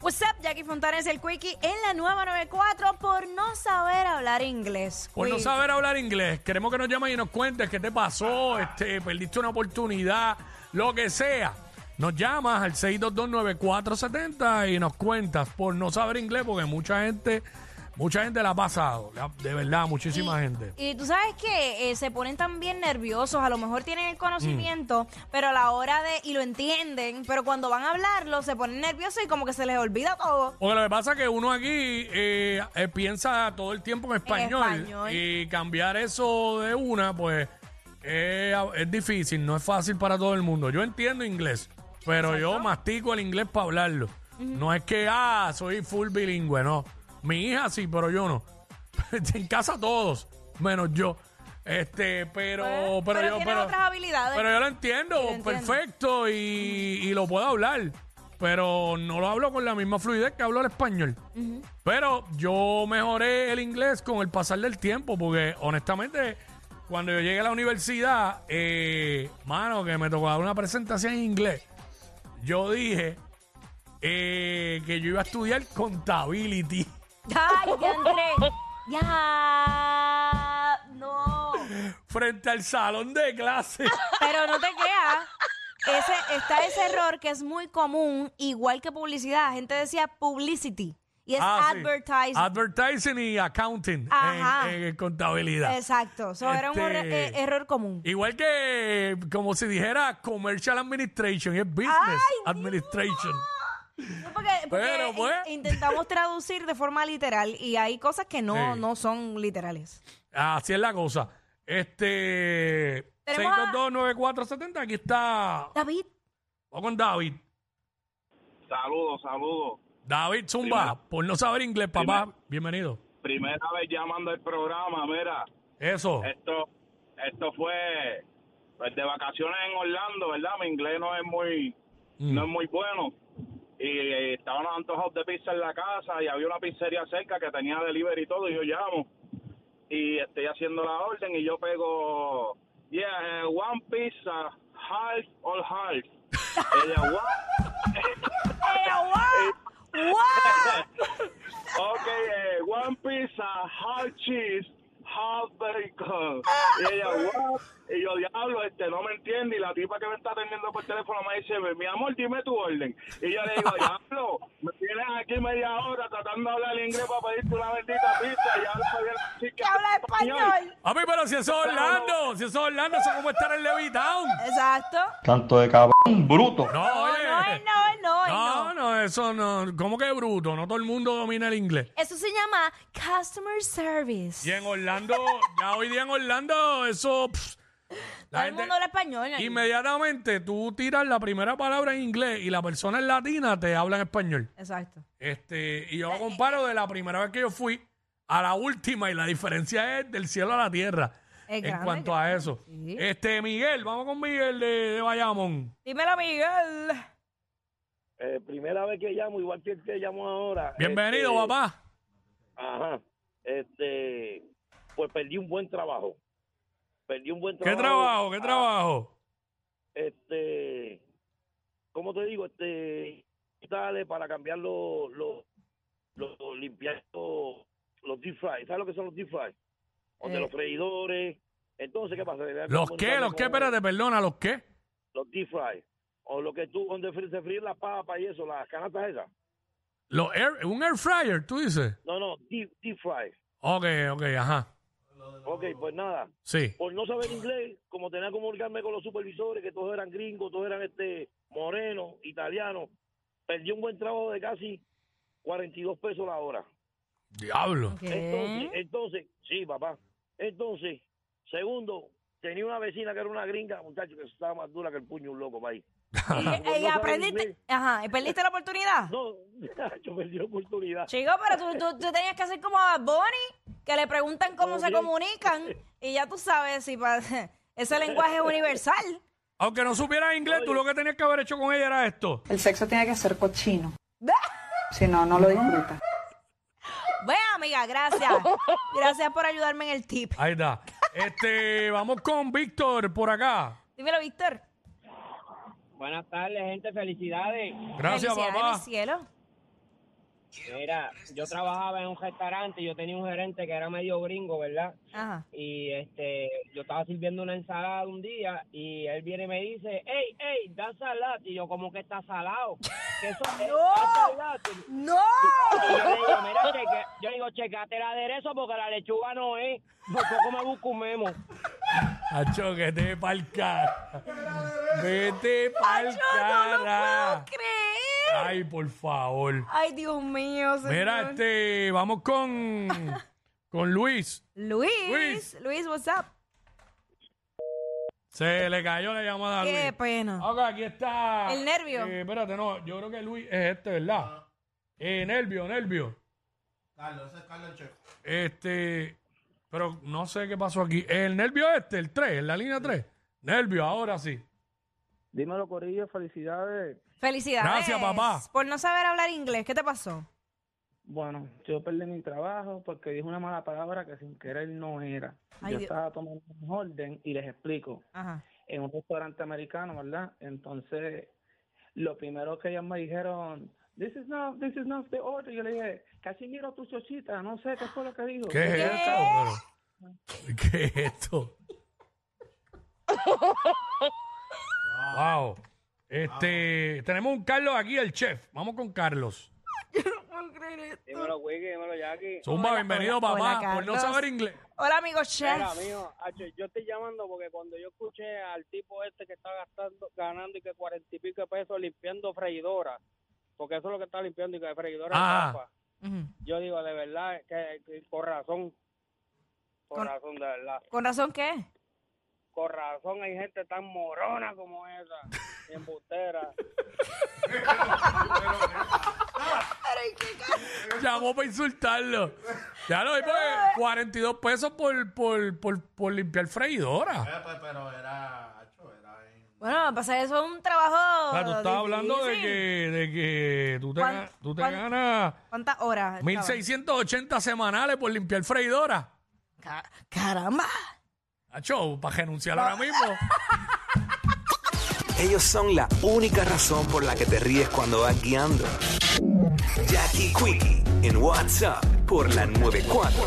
What's up, Jackie Fontanes, el Quickie en la nueva 94 por no saber hablar inglés. Por Pues no Quickie. saber hablar inglés, queremos que nos llames y nos cuentes qué te pasó, este, perdiste una oportunidad, lo que sea. Nos llamas al 6229470 y nos cuentas por no saber inglés, porque mucha gente, mucha gente la ha pasado, la- de verdad, muchísima gente. Y tú sabes que eh, se ponen tan bien nerviosos, a lo mejor tienen el conocimiento, Mm. pero a la hora de, y lo entienden, pero cuando van a hablarlo se ponen nerviosos y como que se les olvida todo. Porque lo que pasa es que uno aquí eh, eh, piensa todo el tiempo en español, español. y cambiar eso de una, pues eh, es difícil, no es fácil para todo el mundo. Yo entiendo inglés, pero yo mastico el inglés para hablarlo. No es que, ah, soy full bilingüe, no. Mi hija sí, pero yo no. en casa todos, menos yo. Este, pero, Pues, pero, pero yo, tiene otras habilidades. Pero yo lo entiendo, lo entiendo. perfecto, y, y lo puedo hablar, pero no lo hablo con la misma fluidez que hablo el español. Pero yo mejoré el inglés con el pasar del tiempo, porque honestamente, cuando yo llegué a la universidad, eh, mano, que me tocó dar una presentación en inglés, yo dije eh, que yo iba a estudiar contability. Ay, ya André. Ya. No. Frente al salón de clase. Pero no te creas. Ese, está ese error que es muy común, igual que publicidad. La gente decía publicity. Y es Ah, sí. advertising. Advertising y accounting Ajá. en, en contabilidad. Exacto. Eso era un Este- horre- eh, error común. Igual que eh, como si dijera commercial administration, es business Ay, administration. No, porque porque Pero, in- pues. intentamos traducir de forma literal y hay cosas que no, Sí. no son literales. Así es la cosa. Este Tenemos a- 6229470, aquí está. David, Vamos con David. Saludos, saludos. David Zumba, Primero. por no saber inglés, papá, bienvenido. Primera vez llamando al programa, mira, Eso. esto, esto fue pues, de vacaciones en Orlando, ¿verdad? Mi inglés no es muy, Mm. no es muy bueno. Y eh, estábamos antojados de pizza en la casa y había una pizzería cerca que tenía delivery y todo, y yo llamo. Y estoy haciendo la orden y yo pego, yeah, eh, one pizza, half or half. Y ella, what? ¡Eh, guau! ¡Guau! Ok, eh, one pizza, half cheese, half bacon. Y ella, what? Y yo, diablo, este, no me entiende. Y la tipa que me está atendiendo por teléfono me dice, mi amor, dime tu orden. Y yo le digo, diablo, me tienes aquí media hora tratando de hablar inglés para pedirte una bendita pizza. Y ahora me viene a decir que habla español. A mí, pero si eso es Orlando, si eso es Orlando, eso es como estar en Levitown. Exacto. Tanto de cabrón bruto. No, No, Oh, oye. no, él no, él no, él no. no, no, eso no. ¿Cómo que bruto? No todo el mundo domina el inglés. Eso se llama customer service. Y en Orlando, ya hoy día en Orlando, eso. pff, la Todo el gente- mundo habla español. ahí. Inmediatamente tú tiras la primera palabra en inglés y la persona es latina te habla en español. Exacto. Este, y yo comparo de la primera vez que yo fui a la última y la diferencia es del cielo a la tierra. Es en grande, cuanto a eso. sí. Este, Miguel, vamos con Miguel de, de Bayamón. Dímelo, Miguel. Eh, primera vez que llamo, igual que el que llamo ahora. Bienvenido, Este, papá. Ajá. Este, pues perdí un buen trabajo. Perdí un buen ¿Qué trabajo. trabajo? ¿Qué Ah, trabajo? Este, ¿cómo te digo? Este, dale para cambiar los, los, los, limpiar los, los deep fry. ¿Sabes lo que son los deep fry? O de Eh. los freidores. Entonces, ¿qué pasa? ¿Los qué? ¿Los qué? Espérate, perdona, ¿los qué? Los deep fry. O lo que tú, donde fri- se fríen las papas y eso, las canastas esas. ¿Los air- ¿Un air fryer, tú dices? No, no, deep, deep fry. Ok, ok, ajá. Ok, pues nada. Sí. Por no saber inglés, como tenía que comunicarme con los supervisores, que todos eran gringos, todos eran este morenos, italianos, perdí un buen trabajo de casi 42 pesos la hora. Diablo. ¿Eh? Entonces, entonces, sí, papá. Entonces, segundo, tenía una vecina que era una gringa, muchacho, que estaba más dura que el puño de un loco, país. Y, eh, y aprendiste. Ajá, ¿y perdiste la oportunidad. No, yo perdí la oportunidad. Chico, pero tú, tú- tú tenías que hacer como a Bad Bunny, que le preguntan cómo se Ok. comunican. Y ya tú sabes si pa- ese lenguaje es universal. Aunque no supiera inglés, tú lo que tenías que haber hecho con ella era esto. El sexo tiene que ser cochino. Si no, no lo disfruta. Bueno, amiga, gracias. Gracias por ayudarme en el tip. Ahí está. Este, vamos con Víctor por acá. Dímelo, Víctor. Buenas tardes, gente. Felicidades. Gracias, Felicidades, papá. mi cielo. Mira, yo trabajaba en un restaurante y yo tenía un gerente que era medio gringo, ¿verdad? Ajá. Y este, yo estaba sirviendo una ensalada un día y él viene y me dice, hey, hey, da salad. Y yo, como que está salado? ¿Qué eso es? Da salad. Y ¡No! yo le digo, mira, cheque, yo le digo, checate el aderezo porque la lechuga no es. Por poco me busco un memo. Acho, que te pa'l cara. Vete pa'l Acho, no lo cara. puedo creer. Ay, por favor. Ay, Dios mío, señor. Mira, este, vamos con, con Luis. Luis, Luis, Luis. what's up? Se le cayó la llamada a Ah, Luis. Qué pena. Ok, aquí está. Ah. El nervio. Eh, espérate, no, yo creo que Luis es este, ¿verdad? Eh, nervio, nervio. Carlos, ese es Carlos Este, pero no sé qué pasó aquí. El nervio este, el 3, en la línea 3. Nervio, ahora sí. Dímelo, Corillo, felicidades. Felicidades. Gracias, papá. Por no saber hablar inglés, ¿qué te pasó? Bueno, yo perdí mi trabajo porque dije una mala palabra que sin querer no era. Ay, yo Dios. estaba tomando un orden y les explico. Ajá. En un restaurante americano, ¿verdad? Entonces, lo primero que ellos me dijeron, this is not, this is not the order. Yo le dije, Casimiro, tu chochita, no sé qué fue lo que dijo. ¿Qué es esto? pero? ¿Qué es esto? wow. Este, tenemos un Carlos aquí, el chef. Vamos con Carlos. Dímelo, Wiggy, dímelo, Jackie. Zumba, Hola, bienvenido, hola, papá. hola, por no Carlos. saber inglés. Hola, amigo chef. Mira, mijo, acho, yo estoy llamando porque cuando yo escuché al tipo este que está gastando, ganando y que cuarenta y pico de pesos limpiando freidora, porque eso es lo que está limpiando y que freidora de Ah. papa, Ujú. yo digo de verdad que, que con razón, con, Con- razón de verdad, ¿Con razón qué? con razón hay gente tan morona como esa, y embustera. Llamó para insultarlo. Ya lo vi, pues, 42 pesos por, por, por, por limpiar freidora. Bueno, pasa eso es un trabajo. O sea, tú estás hablando de Ah, difícil. que, de que tú te, ¿Cuán- ga- tú te cuán- ganas ¿Cuántas horas? 1.680 semanales por limpiar freidora. estaban? Ca- Caramba. Acho, para renunciar ahora mismo. Ellos son la única razón por la que te ríes cuando vas guiando. Jackie Quickie en WhatsApp por la 94.